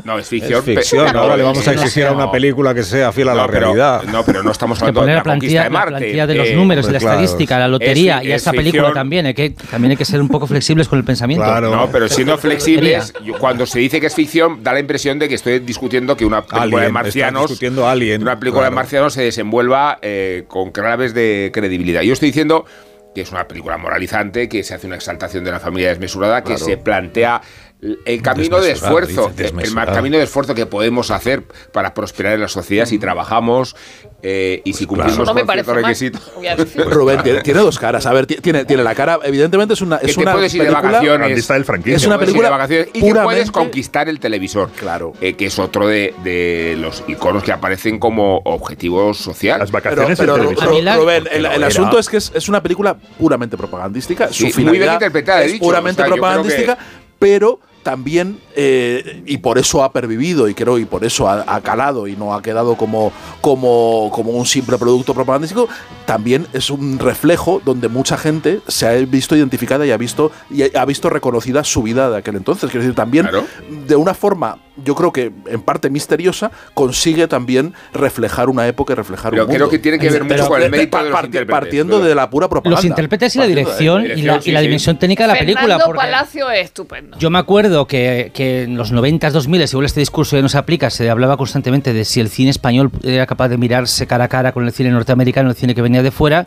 No, es ficción.
Es ficción.
pero-
Ahora le vamos a
no,
exigir a una
no.
película que sea fiel a
No,
la
pero-
realidad.
no, pero no estamos
Que
hablando de
poner
la,
la
conquista
plantilla-
de
la
Marte.
plantilla de los
eh,
números, de la
hombre, claro.
estadística, la
Es
lotería
fi-
y a
es
esta película
ficción.
también. Hay que, también hay que ser un poco flexibles con el pensamiento.
No, pero siendo flexibles, yo- cuando se dice que es ficción, da la impresión de que estoy discutiendo que una película
Alien,
de marcianos.
estás discutiendo Alien,
Una película
claro.
de marcianos se desenvuelva eh, con claves de credibilidad. Yo estoy diciendo que es una película moralizante, que se hace una exaltación de la familia desmesurada, que
Claro.
se plantea el camino
Desmesurado,
de esfuerzo,
dice,
el ma-
desmesurado.
camino de esfuerzo que podemos hacer para prosperar en la sociedad
Mm.
si trabajamos eh, y si
Pues
cumplimos
Eso no me
con
parece
ciertos
mal,
requisitos.
voy a decir.
Rubén tiene, tiene dos caras. A ver, ti- tiene, tiene la cara. Evidentemente es una.
que
Es
te
una
puedes ir de
película-
vacaciones.
Es
Que
una
te puedes ir de
película.
vacaciones y que puedes conquistar el televisor. Claro. que es otro de, de los iconos que aparecen como objetivos sociales. Las
pero, pero, Ru- Rubén, el, el asunto es que es, es una película puramente propagandística.
Sí,
su
muy bien
finalidad
interpretada, he
es
dicho,
puramente
o sea, yo creo
propagandística, pero también eh, y por eso ha pervivido y creo y por eso ha, ha calado y no ha quedado como como como un simple producto propagandístico. También es un reflejo donde mucha gente se ha visto identificada y ha visto y ha visto reconocida su vida de aquel entonces. Quiero decir también de una forma yo creo que en parte misteriosa consigue también reflejar una época y reflejar
Pero
un mundo.
creo que tiene que ver mucho con el mérito de los
parti-
intérpretes,
Partiendo
claro.
de la pura propaganda.
eh, Los intérpretes y la
Partiendo de-
dirección y la, y la dimensión técnica de la película.
Fernando
porque-
Palacio es estupendo.
Yo me acuerdo que, que en los 90s, 2000 igual este discurso ya no se aplica, se hablaba constantemente de si el cine español era capaz de mirarse cara a cara con el cine norteamericano, el cine que venía de fuera.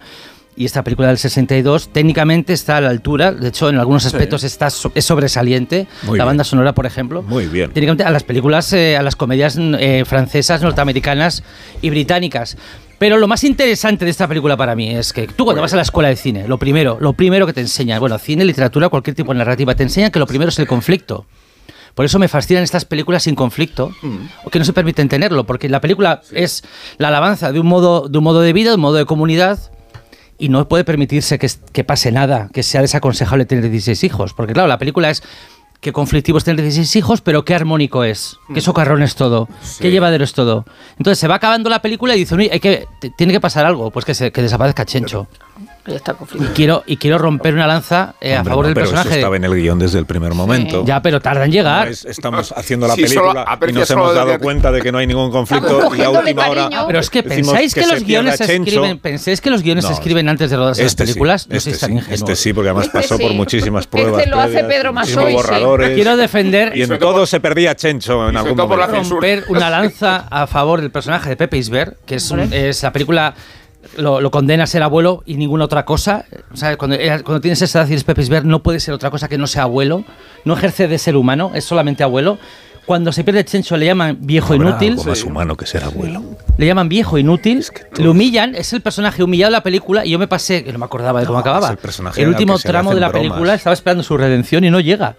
Y esta película del 62 técnicamente está a la altura, de hecho en algunos aspectos está so- es sobresaliente,
Muy
la
bien.
banda sonora por ejemplo.
Muy bien.
Técnicamente a las películas, eh, a las comedias mm, eh, francesas, norteamericanas y británicas. Pero lo más interesante de esta película para mí es que tú cuando vas a la escuela de cine, lo primero, lo primero que te enseñan, bueno, cine, literatura, cualquier tipo de narrativa, te enseñan que lo primero es el conflicto. Por eso me fascinan estas películas sin conflicto,
Mm.
o que no se permiten tenerlo, porque la película es la alabanza de un modo de un modo de vida, de un modo de comunidad, y no puede permitirse que, es- que pase nada, que sea desaconsejable tener 16 hijos, porque claro, la película es qué conflictivo es tener 16 hijos, pero qué armónico es,
Mm.
qué socarrón es todo, qué
Sí.
llevadero es todo. Entonces se va acabando la película y dice, "Uy, hay que, t- tiene que pasar algo, pues que, se, que desaparezca Chencho.
Ya está
Y
<laughs> conflicto.
quiero, y quiero romper una lanza eh, a
Hombre,
favor
no,
del
pero
personaje.
Eso estaba en el guión desde el primer momento.
Ya, pero tarda en llegar.
No, es- estamos haciendo la
Sí, solo
película y
aprecia
nos
solo
hemos
de-
dado cuenta de que no hay ningún conflicto y a última hora.
Pero es que
decimos
pensáis que,
se
los guiones se
pierda Chencho.
escriben, pensáis que los guiones se
No,
escriben antes de rodarse
este
las
sí,
películas. no
este
sois tan
sí,
ingenuos.
este sí, porque además
Este
pasó
sí.
por muchísimas pruebas.
lo hace
previas,
Pedro
muchísimos
Masoi, sí.
borradores.
Quiero defender-
Y este
sobre
en todo se perdía Chencho en algún momento.
romper una lanza a favor del personaje de Pepe Isbert, que es, un-
Vale.
es la película. Lo, lo condena a ser abuelo y ninguna otra cosa. O sea, cuando, era- cuando tienes esa edad y eres Pepe Isbert, no puede ser otra cosa que no sea abuelo. No ejerce de ser humano, es solamente abuelo. Cuando se pierde Chencho le llaman viejo
Habrá
inútil.
algo más humano que ser abuelo.
Le llaman viejo inútil, le humillan, es el personaje humillado de la película y yo me pasé, que no me acordaba de cómo acababa.
Ah, es el personaje al
último
que se le
tramo de
hacen
la
bromas.
película estaba esperando su redención y no llega.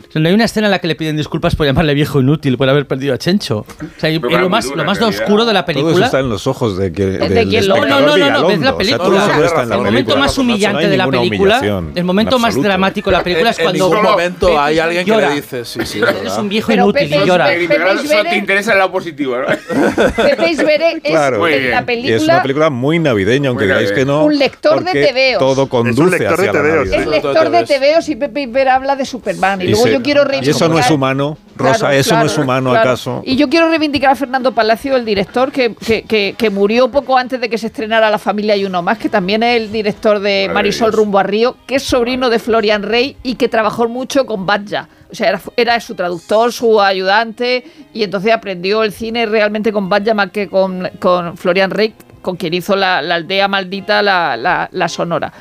O sea, no hay una escena en la que le piden disculpas por llamarle viejo inútil por haber perdido a Chencho. O sea, es lo más, lo más oscuro de la
Todo eso
película.
está en los ojos de que.
de
del
quien lo- no,
espectador
no, no, no,
Vigalondo.
ves la
O sea,
película.
todo eso está en la
El momento
película.
más humillante
No hay
de la
ninguna
película,
humillación,
el momento
en
más
absoluto.
dramático de la película es
En
cuando
ningún
Bob
momento
Pepe
hay alguien que
llora.
le dice, sí, sí, es verdad.
Eres un viejo
Pero
inútil
Pepe
y llora.
Isbert- Pepe
Solo te
Isbert-
interesa el lado positivo, ¿no? <laughs>
Pepe Isbere es
Claro.
en la
Y es una
película
película muy navideña, aunque
Muy
digáis que no.
Un lector de
porque
tebeos. Es
Todo
un
conduce
lector de
hacia la
tebeos,
Navidad.
es lector de TVOs y Pepe Isbere habla de Superman. Y,
Y
luego
se-
yo quiero
y
reivindicar.
eso no es humano, Rosa,
Claro,
eso
claro,
no es humano
claro.
acaso.
Y yo quiero reivindicar a Fernando Palacio, el director, que, que- que- que murió poco antes de que se estrenara La familia y uno más, que también es el director de
Madre
Marisol
de Dios.
Rumbo a Río, que es sobrino de Florian Rey y que trabajó mucho con Batja. O sea, era, era su traductor, su ayudante, y entonces aprendió el cine realmente con Batja más que con, con Florian Rey, con quien hizo la, la aldea maldita, la, la- la sonora.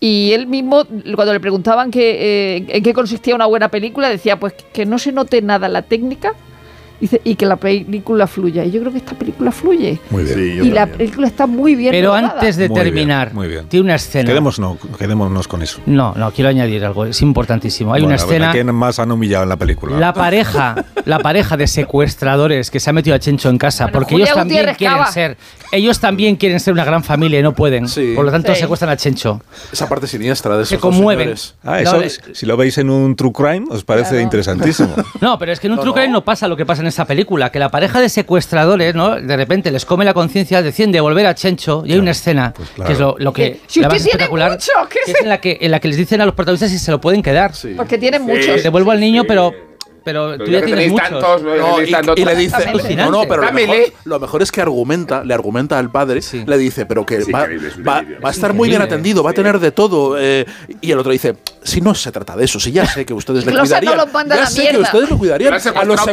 Y él mismo, cuando le preguntaban que, eh, en qué consistía una buena película, decía pues que no se note nada la técnica, Dice, y que la película fluya. Y yo creo que esta película fluye.
Muy bien.
y la película está muy bien.
Pero
rodada.
antes de
Muy bien,
terminar, tiene una escena.
Quedémonos, quedémonos con eso.
No, no, quiero añadir algo, es importantísimo. Hay
Bueno,
una
a ver, ¿a
escena.
¿Quién más han humillado en la película?
<laughs> La pareja, la pareja de secuestradores que se ha metido a Chencho en casa, porque
Julia
ellos también
Gutiérrez
quieren
Cava.
ser, ellos también quieren ser una gran familia y no pueden. Por lo tanto
Sí.
secuestran a Chencho.
Esa parte siniestra de esos
Se
dos
conmueven.
señores.
Ah, eso,
No, le-
si lo veis en un true crime, os parece interesantísimo.
<laughs> No, pero es que en un true crime no pasa lo que pasa en esta película, que la pareja de secuestradores, ¿no? De repente les come la conciencia, deciden devolver a Chencho y hay una escena que es lo, lo que
Si
la
usted
más
tiene
espectacular
mucho, ¿qué
que
es?
es en la que en la que les dicen a los protagonistas si se lo pueden quedar.
Porque tienen
Sí,
muchos.
Devuelvo al niño, pero pero
Pero
tú ya
ya que
tienes
tenéis
muchos.
tantos,
No,
¿no?
y,
Tenéis tantos.
y le dice,
Exactamente.
no, no, pero lo
Dámele.
mejor, lo mejor es que argumenta, le argumenta al padre, le dice, pero que
Es
va,
increíble, es un
va-
delirio.
va a
Es
estar muy bien
increíble.
atendido, va a tener de todo. eh, y el otro dice, si no se trata de eso, si ya sé que
<laughs>
ustedes le
Los no
cuidarían,
los mandan a
ya
la
sé que
mierda".
ustedes lo cuidarían
Lo han
a los
secuestrado,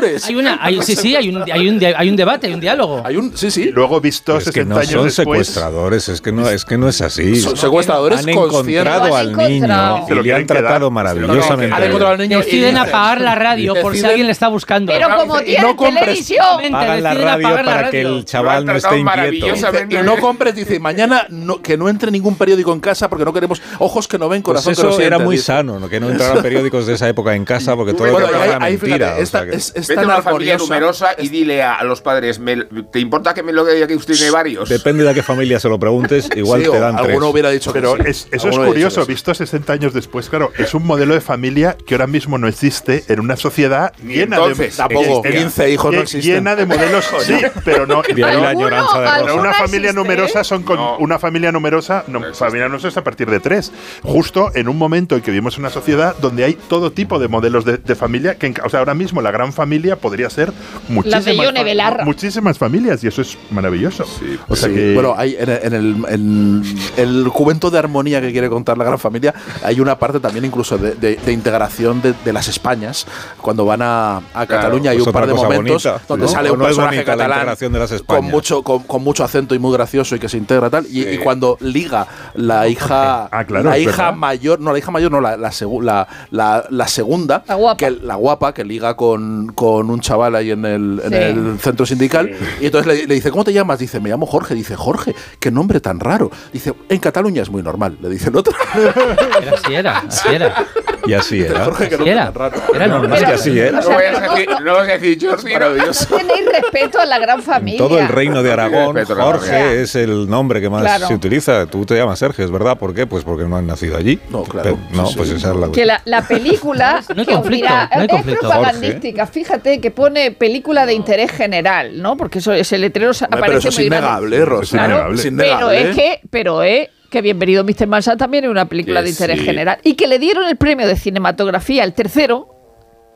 pero-
secuestradores.
Hay una, hay- sí, sí, hay un, hay un, di- hay un debate, hay un diálogo.
Hay un, sí, sí.
Luego visto
Es que
60
no
años
son
después,
secuestradores, es que no es, que no es así.
Son secuestradores
Han
conscientes.
encontrado
Lo
al
han
niño
encontrado. Se
y
lo
le han
quieren quedar.
tratado
Han
maravillosamente.
encontrado al niño y
Deciden
dicen-
apagar la radio por si
Deciden-
alguien le está buscando.
Pero como
Y
tiene
no compres-
televisión.
Pagan la
deciden
radio
apagar la
para que
radio.
el chaval no esté
tratado
inquieto.
maravillosamente.
Dice, y no compres, dice, mañana no- que no entre ningún periódico en casa porque no queremos ojos que no ven,
Pues
corazón que no
eso era
siente",
muy
dice.
sano, ¿no? que no entraran periódicos de esa época en casa porque todo
Bueno,
lo que
ahí-
era
ahí, fíjate,
mentira. o
esta-
sea que-
es- es
Vete a
tan
una familia
armoniosa.
numerosa y dile a, a los padres, me- ¿te importa que me lo diga que usted tiene varios?
Depende de a qué familia se lo preguntes, igual
Sí, o
te dan tres.
alguno hubiera dicho que
Pero
sí.
es- eso es
Alguno hubiera dicho
curioso,
que sí.
visto 60 años después, claro, es un modelo de familia que ahora mismo no existe en una sociedad
Ni
llena
entonces,
de
tampoco.
llena-
15 hijos no
lle-
existen.
Llena de modelos, sí, pero
<laughs>
no.
De ahí
pero-
la añoranza de
pero
Rosa.
una familia
existe,
numerosa son con
No.
una familia numerosa, no, familia numerosa es a partir de tres. Justo en un momento en que vivimos una sociedad donde hay todo tipo de modelos de, de familia, que en- o sea, ahora mismo la gran familia podría ser muchísimas,
Ione
fa-
Belarra.
muchísimas familias y eso es maravilloso. o sea
Sí,
que
Bueno, hay en, en el, en el cuento de armonía que quiere contar la gran familia, hay una parte también incluso de, de- de integración de, de las Españas. Cuando van a, a Cataluña hay
pues
un par
otra
de
cosa
momentos
bonita,
donde
¿no?
sale
¿O
un
no es
personaje
bonita la
catalán
integración de las Españas?
con mucho, con, con mucho acento y muy gracioso y que se integra tal. Y, y cuando liga la hija,
Ah, claro,
la
es
hija
verdad.
mayor, no, la hija mayor no, la, la, segu- la- la- la segunda,
La guapa.
Que, la guapa que liga con, con un chaval ahí en el, en
Sí.
el centro sindical. Y entonces le, le dice, ¿cómo te llamas? Dice, me llamo Jorge. Dice, Jorge, qué nombre tan raro. Dice, en Cataluña es muy
<laughs>
normal. Le dice el otro.
Era así era, así era.
Y así era.
Jorge, qué <laughs>
Así
nombre
era.
tan raro.
Era normal.
Es que así
<laughs>
¿eh? era.
No vayas a decir, no vayas a decir, Jordi,
No tenéis respeto a la gran familia.
Todo el reino de Aragón,
Respeto a la familia.
Jorge es el nombre que más
Claro.
se utiliza. Tú te llamas Sergio, ¿es verdad? ¿Por qué? Pues porque no has nacido allí. No, claro. no, pues esa es la
Que la, la película
No hay
que os
conflicto,
dirá,
no hay
es
conflicto.
propagandística, fíjate que pone película de interés general, ¿no? Porque eso ese letrero sa-
Hombre, pero
aparece
eso es
muy grande.
innegable, eh, Rosa.
Claro,
Es
Pero
innegable. ¿eh?
es que, pero es que bienvenido Mr. Manhattan también es una película
Que
de interés
sí.
general y que le dieron el premio de cinematografía el tercero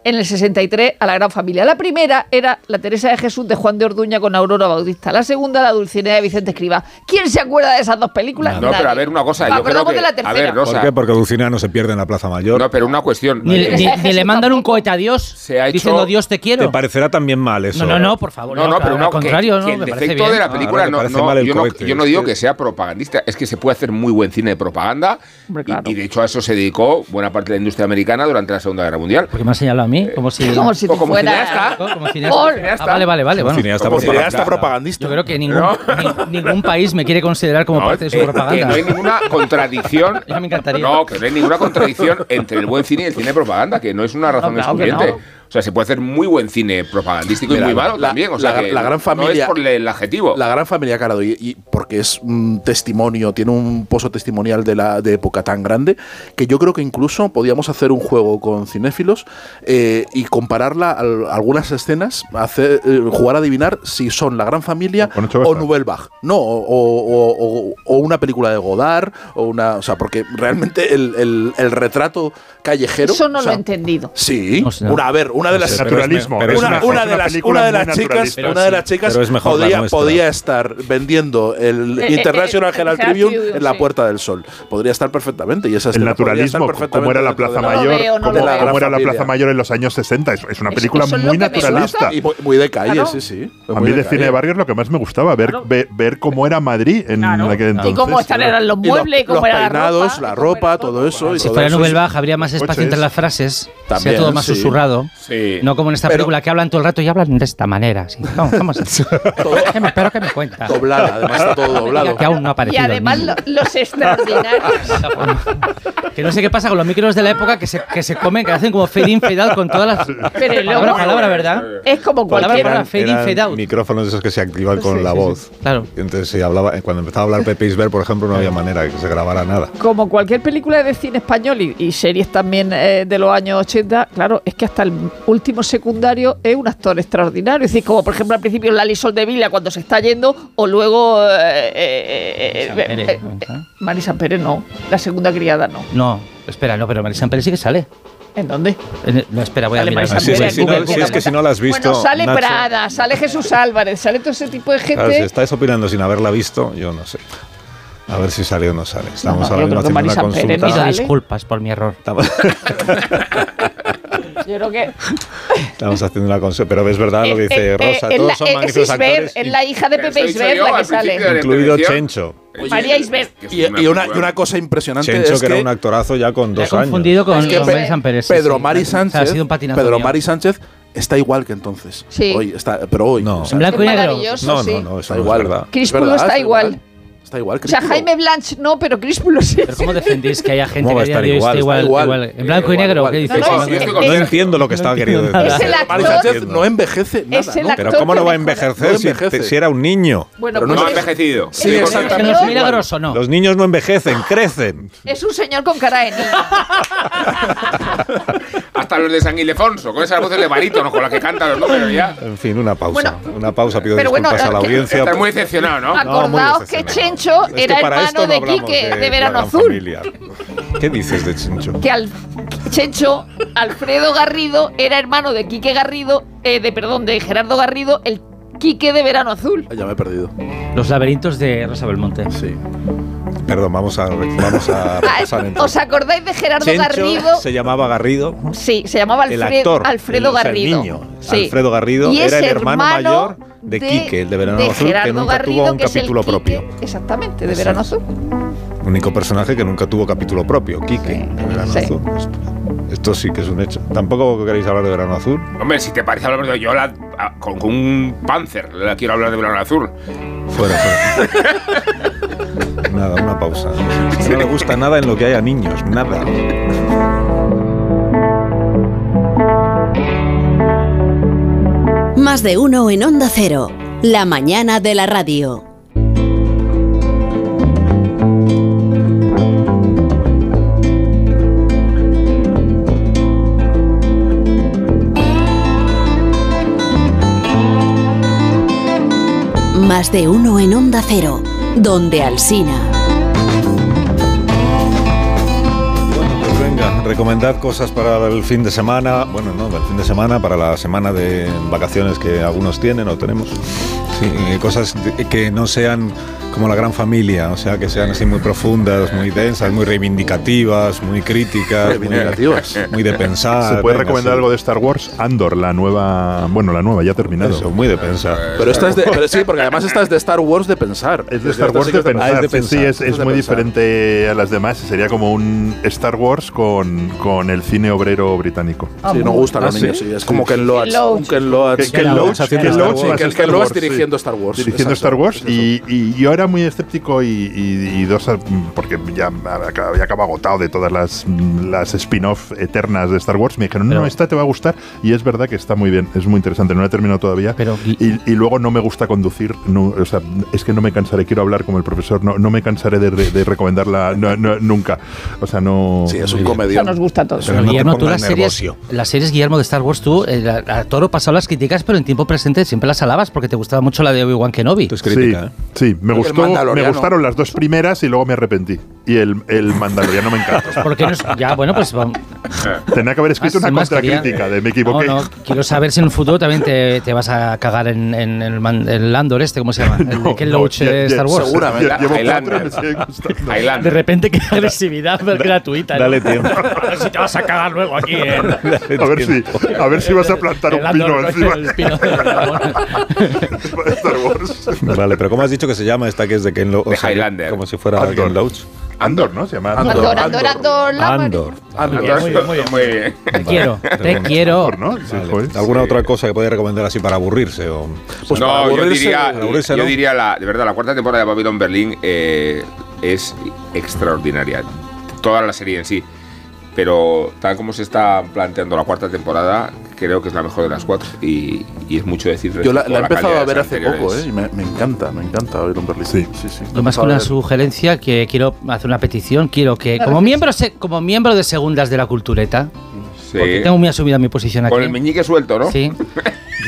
en el 63 a la Gran Familia. La primera era La Teresa de Jesús de Juan de Orduña con Aurora Bautista. La segunda La Dulcinea de Vicente Escriba. ¿Quién se acuerda de esas dos películas?
No, pero a
Nadie.
ver, una cosa.
Nos
Yo creo
acordamos
que,
de la
a
tercera.
ver, Rosa.
¿Por qué? Porque Dulcinea no se pierde en la Plaza Mayor.
No, pero una cuestión.
Ni, le- ni- ni le mandan un cohetadios
Se ha hecho-
diciendo Dios te quiero.
Te parecerá también mal eso.
No, no, no, por favor.
No, no, pero
al
no, que-
contrario,
que
no,
el
me parece
defecto
bien.
de la película
Ahora me
no,
parece
no,
mal el
yo, no,
cohete,
yo no
es
digo
que-
que sea propagandista, es que se puede hacer muy buen cine de propaganda y- y, de hecho a eso se dedicó buena parte de la industria americana durante la Segunda Guerra Mundial.
Porque me ha señalado a mí, como si.
Como si tú
Eh. como
fueras-
cineasta.
Como cineasta.
Por-
Ah, vale, vale, vale.
Como
Bueno.
cineasta
Como
propaganda.
cineasta propagandista.
Yo creo que ningún, ni- ningún país me quiere considerar como
No,
parte de su
eh, que
propaganda.
no hay ninguna contradicción.
Ya me encantaría.
No, que no hay ninguna contradicción entre el buen cine y el cine de propaganda, que no es una razón
No, claro que
excluyente.
no.
O sea, se puede hacer muy buen cine propagandístico
Mira,
y muy malo
la-
también. O
la-
sea, que
la gran
No es
familia-
por el adjetivo.
La gran familia Carado, y, y porque es un testimonio, tiene un pozo testimonial de la de época tan grande, que yo creo que incluso podíamos hacer un juego con cinéfilos eh, y compararla a algunas escenas, hacer, eh, jugar a adivinar si son La Gran Familia
Con Ocho
o
Bazas.
Nouvelle Vague, no, o, o- o- o una película de Godard, o una. O sea, porque realmente el, el- el retrato callejero.
Eso no
o sea,
lo he entendido.
Sí,
O sea,
una, a ver, una de las
sé, pero
naturalismo.
es- pero es
una,
mejor.
una
es
de
una
las,
película
una de
muy
las chicas,
naturalista.
una de las chicas
pero es mejor la
podía,
nuestra.
podía estar vendiendo el
Eh, eh,
International
eh,
Herald
Herald
Tribune
Tribune,
en la
sí.
Puerta del Sol. Podría estar perfectamente. Y esa
El
escena podría estar
naturalismo, como era la
perfectamente
Plaza
dentro de la-
No lo
Mayor,
veo, no
como
lo veo.
era la
Familia.
Plaza Mayor en los años 60. Es, es una
Eso-
película
eso es lo
muy
que me
naturalista.
gusta.
Y muy, muy de calle,
Claro.
sí, sí.
A
Muy ¿eh?
mí de cine
calle.
de barrio es lo que más me gustaba, ver, ver, ver cómo era Madrid en
Claro.
aquel entonces.
y cómo están eran los
Y los,
muebles, y cómo
los
era
peinados, la
y cómo era
ropa,
todo.
todo eso. y
Pues
Si
todo
fuera
eso.
Nouvelle Vague habría más espacio
Coches.
entre las frases,
También,
sería todo más
sí.
susurrado.
Sí.
No como en esta
Pero-
película que hablan todo el rato y hablan de esta manera. sí. Vamos, vamos. Que me- Espero que me cuenta.
Doblada, además está
<laughs>
todo
No me diga
doblado.
Que aún no ha
Y
aparecido. el
además
mismo.
lo- los extraordinarios.
Que no sé qué pasa con los micros de la época que se, que se comen, que hacen como fade in, fade out con todas las.
Pero luego-
palabra, palabra, ¿verdad?
Es como
Palabra,
cualquier
palabra, fade in,
Eran
fade out.
micrófonos esos que se activan con la voz.
Claro.
Y Entonces, si hablaba, eh, cuando empezaba a hablar Pepe Isbert, por ejemplo, no había manera de que se grabara nada.
como cualquier película de cine español y, y series también eh, de los años 80, claro, es que hasta el último secundario es un actor extraordinario. Es decir, como por ejemplo al principio Lali Sol de Vila cuando se está yendo, o luego. eh, eh, eh,
Marisa Pérez,
eh,
¿no?
eh, Marisa Pérez no, la segunda criada no.
No, espera, no, pero Marisa Pérez sí que sale.
¿En dónde?
En- No, espera, voy a
Sale
mirar.
Marisa
Así es,
Pérez.
si no-
Google,
si es que si no la has visto.
bueno, sale
Nacho,
Prada, sale Jesús Álvarez, sale todo ese tipo de
claro, si
gente.
estáis opinando sin haberla visto, yo no sé. A ver si sale o no sale. Estamos
No,
ahora
yo
mismo
creo que
haciendo una
Marisa Pérez
consulta.
ni
Pido
sale.
disculpas por mi error.
Estamos,
Yo creo que
estamos haciendo una consulta. Pero es verdad Ah, lo que
Eh, eh,
dice
eh,
Rosa.
es
Todos
la-
son
es
magníficos
Isbert,
actores.
es la hija de Pepe
Pero eso he dicho
Isbert
yo
la que
al
sale.
principio de la
incluido
intervención.
Chencho.
María Isbert.
Y, y una, y una cosa impresionante
Chencho,
es
que
que,
era un actorazo ya con
Me he
dos años.
confundido con,
Es que
con
Pe-
Marisa Pérez. sí,
Pedro
sí.
Mari
O sea, ha
Sánchez,
sido un patinazo
Pedro
mío.
Mari Sánchez está igual que entonces.
Sí.
Hoy está, pero hoy.
No.
o sea,
En blanco y
es
negro.
maravilloso,
No,
sí.
no, no, eso
Está
no es
igual,
verdad.
Chris
Es verdad,
Pulo está igual.
Está igual,
O sea,
Chris Pulo.
Jaime Blanch no, pero Chris Pulo sí.
Pero ¿cómo defendéis que haya gente
¿Cómo
que
va a
haya
estar
dicho
igual?
este igual,
Igual.
igual? ¿En blanco y
Igual,
negro?
igual.
¿Qué dices?
No, no,
Sí, estoy
es-
con-
No
es-
entiendo lo que estaba querido
entiendo
decir.
nada.
Es el actor-
Mari Sánchez no envejece nada.
Es el
¿no?
actor
Pero ¿cómo no va a
que mejora.
envejecer
No
si,
envejece.
si era un niño?
Bueno,
Pero
No
pues
ha
es-
envejecido.
Sí,
es-
Que
exactamente.
no es milagroso, no.
Los niños no envejecen, crecen.
Es un señor con cara de niño.
Hasta los de San Ildefonso, con esas voces de barítono con las que cantan los dos, pero ya.
En fin, una pausa.
Bueno,
una pausa, pido
pero bueno,
disculpas a la
que-
audiencia.
Estás muy decepcionado, ¿no?
No, muy
Acordaos que
decepcionado.
Chencho
Es que
era
para
hermano
esto no
de
hablamos
Quique de, Verano
la gran
Azul.
familia. ¿Qué dices de Chincho?
Que al Chencho, Alfredo Garrido, era hermano de Quique Garrido, eh, de perdón, de Gerardo Garrido, el Quique de Verano Azul.
Ah, Ya me he perdido.
Los laberintos de Rosa Belmonte.
Sí.
Perdón, vamos a, vamos a
<laughs> Ah,
repasar
¿Os
entonces.
acordáis de Gerardo
Chencho
Garrido?
se llamaba Garrido.
Sí, se llamaba
El
Alfredo,
actor,
Alfredo
el- o sea, el
Garrido.
niño,
Sí.
Alfredo Garrido,
Y es
era el hermano mayor de Quique, el de Verano Azul, que
Gerardo
nunca tuvo un
que es el
capítulo
Quique,
propio.
Exactamente, de
Eso
Verano
es.
Azul.
Único personaje que nunca tuvo capítulo propio, Quique, de Verano
sí.
Azul. Esto sí que es un hecho. Tampoco queréis hablar de Verano Azul.
Hombre, si te parece hablar de yo la- a- con, con un Panzer la quiero hablar de Verano Azul.
Fuera,
<laughs>
fuera. nada, una pausa. No le gusta nada en lo que haya niños, nada.
Más de uno en Onda Cero. La mañana de la radio. Más de uno en Onda Cero. Donde Alsina.
Pues venga, recomendad cosas para el fin de semana, bueno, no, para el fin de semana, para la semana de vacaciones que algunos tienen o tenemos. Sí, eh, cosas de- que no sean como la gran familia, o sea, que sean así muy profundas, muy densas, muy reivindicativas, muy críticas, muy,
Reivindicativas.
muy de
Ah,
pensar.
¿Se puede
venga,
recomendar
sí.
algo de Star Wars? Andor, la nueva. Bueno, la nueva, ya ha terminado.
Eso, muy de pensar.
Pero esta es de, pero sí, porque además esta es de Star Wars de pensar.
Es de Star Wars de pensar.
Ah,
Sí, sí, es, es muy diferente a las demás. Sería como un Star Wars con, con el cine obrero británico.
Ah, Sí, no muy gustan a los niños, sí, es como Ken Loach, Ken Loach. un Ken Loach.
Ken- Ken
Ken
Loach
Loach haciendo
Ken
Star
Loach
Wars.
más
Ken- Ken
Star
Loach
Wars, sí.
dirigiendo Star Wars,
Dirigiendo
exacto.
Star Wars. Y, y yo era muy escéptico y, y- y dos, porque ya había acabado agotado de todas las, las spin-off eternas de Star Wars. Me dijeron, no,
Pero-
esta te va a gustar. Y es verdad que está muy bien, es muy interesante. No la he terminado todavía. y, y luego no me gusta conducir. no, o sea, es que no me cansaré. Quiero hablar como el profesor. No, no me cansaré de, re- de recomendarla no- no- nunca. O sea, no. Sí,
es
un comedión. Eso nos gusta a todos.
Pero Guillermo, tú las series, las series Guillermo de Star Wars, tú eh, a, a toro pasado las criticas, pero en tiempo presente siempre las alabas porque te gustaba mucho la de Obi-Wan Kenobi. Tú
¿eh?
Sí, sí, me,
El
gustó, me
Mandaloriano.
gustaron las dos primeras y luego me arrepentí. Y el, el Mandaloriano me
<laughs>
encanta.
Porque no es- ya,
<laughs>
bueno, pues vamos.
Tenía que haber escrito
Más-
una
más quería-
contracrítica de me equivoqué. <laughs>
No, no, quiero saber si en el futuro también te, te vas a cagar en, en el, man- el Andor este, ¿cómo
<laughs>
se llama? El de Ken Loach
ya-
de
ya-
Star Wars.
Seguramente. Lle- llevo
Highlander.
cuatro y me sigue gustando.
De repente, qué agresividad gratuita.
dale tiempo.
Pero si te vas <laughs> a cagar luego
<laughs>
aquí en...
<laughs> A ver si, a ver si vas a plantar un
El
pino <laughs>
Andor,
encima.
el pino
Vale, pero ¿cómo has dicho que se llama esta que es de Ken Loach?
De Highlander.
Como si fuera
Andor.
Ken Loach.
Andor, ¿no? Se llama
Andor, Andor, Andor, la
Andor.
Andor. Muy bien, muy bien.
Te quiero, te quiero.
Vale. ¿Alguna otra cosa que podéis recomendar así para aburrirse? O,
Pues no, yo diría,
aburrirse,
yo
¿no?
diría la, de verdad, la cuarta temporada de Babylon Berlín eh, es extraordinaria. Toda la serie en sí. Pero tal como se está planteando la cuarta temporada, creo que es la mejor de las cuatro. Y, y es mucho decir.
Yo la,
respecto
la he
a
empezado
calidad
a
de
ver
las
hace
anteriores.
poco, ¿eh? Y me, me encanta, me encanta oír un Berlín. Sí, sí, sí.
Lo más que una sugerencia que quiero hacer una petición, quiero que
Claro
como
que
miembro se- como miembro de segundas de la cultureta,
Sí.
porque tengo muy asumida mi posición aquí.
Con el meñique suelto, ¿no?
Sí.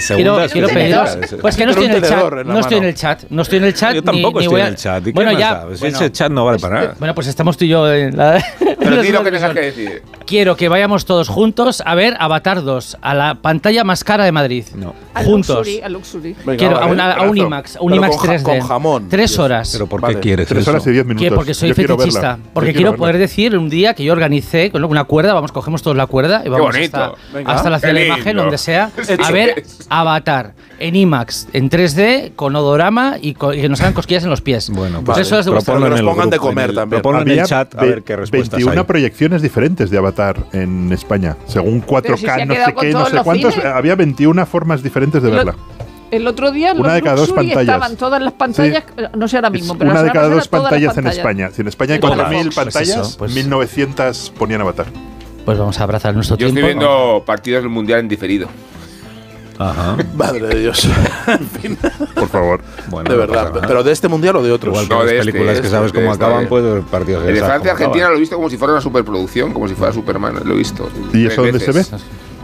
Quiero,
Segundas
quiero
de
pediros,
tenedor.
pues que no
Con un
estoy en el chat,
tenedor en la
no estoy en
mano.
el chat, no estoy en el chat.
Yo
ni-
tampoco
ni
estoy
voy
en
a-
el chat. ¿y qué
Bueno,
más
ya,
sabes?
bueno,
Ese chat no vale para nada.
bueno, pues estamos tú y yo en la. <laughs>
Pero di lo que tengas que decir.
Quiero que vayamos todos juntos a ver Avatar 2, a la pantalla más cara de Madrid.
Al
Juntos.
Luxury, al Luxury.
Quiero a, una- a un IMAX, a un
Pero
IMAX
con ja-
3D.
con jamón.
Tres
Dios.
horas.
Pero ¿por qué Vale. quieres
Tres eso? horas y diez minutos.
Que porque soy
Yo quiero
fetichista.
verla.
Porque
Yo
quiero,
quiero
poder
verla.
decir un día que yo organicé con una cuerda, vamos, cogemos todos la cuerda y vamos
bonito.
hasta,
Venga.
hasta la
Qué
imagen,
lindo.
donde
<laughs>
sea,
Eso
a ver Avatar en IMAX, en 3D, con odorama y, co- y que nos hagan cosquillas en los pies. Bueno, pues eso es de vuestra-
proponlo en el grupo, en el- proponlo en el
Había
chat a
ve-
ver qué respuestas
21
hay.
proyecciones diferentes de Avatar en España. Según 4K,
Pero si se ha
no
quedado
sé
con
qué, no
todos
sé
los
cuántos.
cines.
Había 21 formas diferentes de
Lo-
verla.
El otro día los
Una de cada dos
Luxury
pantallas.
estaban todas las pantallas, no sé ahora mismo, pero
Una
la
de cada
semana
dos
pasada todas las
pantallas en España. Si en España hay
Y todas
4.000
las Fox.
pantallas,
Pues eso, pues-
1.900 ponían Avatar.
Pues vamos a abrazar nuestro
Yo
tiempo.
estoy viendo partidos del mundial en diferido.
Ajá.
Madre de Dios.
Por favor.
Bueno,
de
no
verdad.
pasa nada.
¿Pero de este mundial o de otros?
Igual que las películas que sabes cómo acaban, pues los partidos
El de
esas
Francia
cómo
Argentina
acaban.
lo he visto como si fuera una superproducción, como si fuera Superman, lo he visto.
¿Y eso dónde se ve?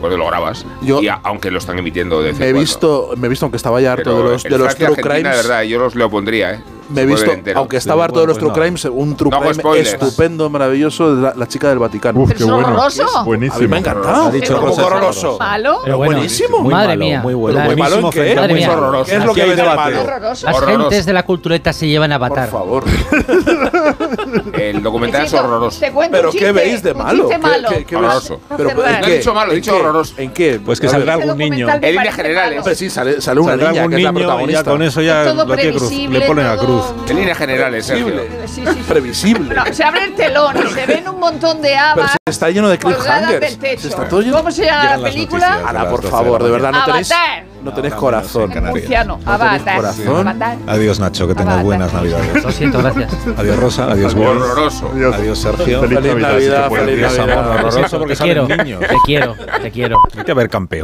Pues lo grabas. y a- aunque lo están emitiendo de vez en
Me he
cuando.
visto, me he visto, aunque estaba ya harto de
Pero
los,
el
de los
Francia
true
Argentina,
crimes.
De verdad, yo los lo pondría, ¿eh?
Me he visto,
Puede entero.
aunque estaba harto de los True Crimes, un True
No hago
Crime
spoilers.
estupendo, maravilloso, la, la chica del Vaticano.
qué ¿Pero es bueno. horroroso? Es buenísimo.
A mí me ha encantado.
Ha dicho
Es un poco
cosas
horroroso.
¿Malo?
Pero buenísimo.
Madre mía.
Pero Muy malo, ¿en qué?
Madre
Es
mía.
horroroso. ¿Qué es lo
Aquí
que
hay
ves de
debate.
malo?
Las gentes de la cultureta se llevan a Avatar. Por
favor.
El documental es
Necesito-
horroroso.
te cuento un
¿Pero qué
chiste,
veis de
un
malo?
chiste
¿Qué-
malo.
qué- qué ves?
Horroroso.
Pero,
Hace rato.
¿en
No
qué?
he dicho malo, he
¿En
dicho
qué?
horroroso.
¿En qué?
Pues que
A
salga
ver.
algún niño.
En
líneas generales.
Hombre, sí, sale, sale una
Saldrá
niña
algún
que es la
niño y ya
protagonista.
con eso ya Todo lo tiene cruz, previsible, le ponen la todo- cruz.
En líneas generales, Sergio.
Sí,
<laughs> Previsible.
No, se abre el telón y se ven un montón de
Pero
habas
si está lleno de
colgadas del
cliffhangers.
techo.
Si está todo lleno-
¿Cómo se llama
Llegan
la
las
película?
Ana, por favor, de verdad, no tenéis,
Avatar.
no tenéis corazón.
Murciano,
No tenéis
Avatar.
corazón.
Avatar.
Adiós, Nacho, que tengas buenas navidades.
Lo siento, gracias.
Adiós, Rosa. Adiós, Guri.
Horroroso.
Adiós, Sergio.
Feliz Navidad,
si te puedes.
feliz
Adiós,
Navidad.
Amor. Horroroso porque
te quiero,
salen niños.
te quiero, te quiero.
Hay que haber campeón.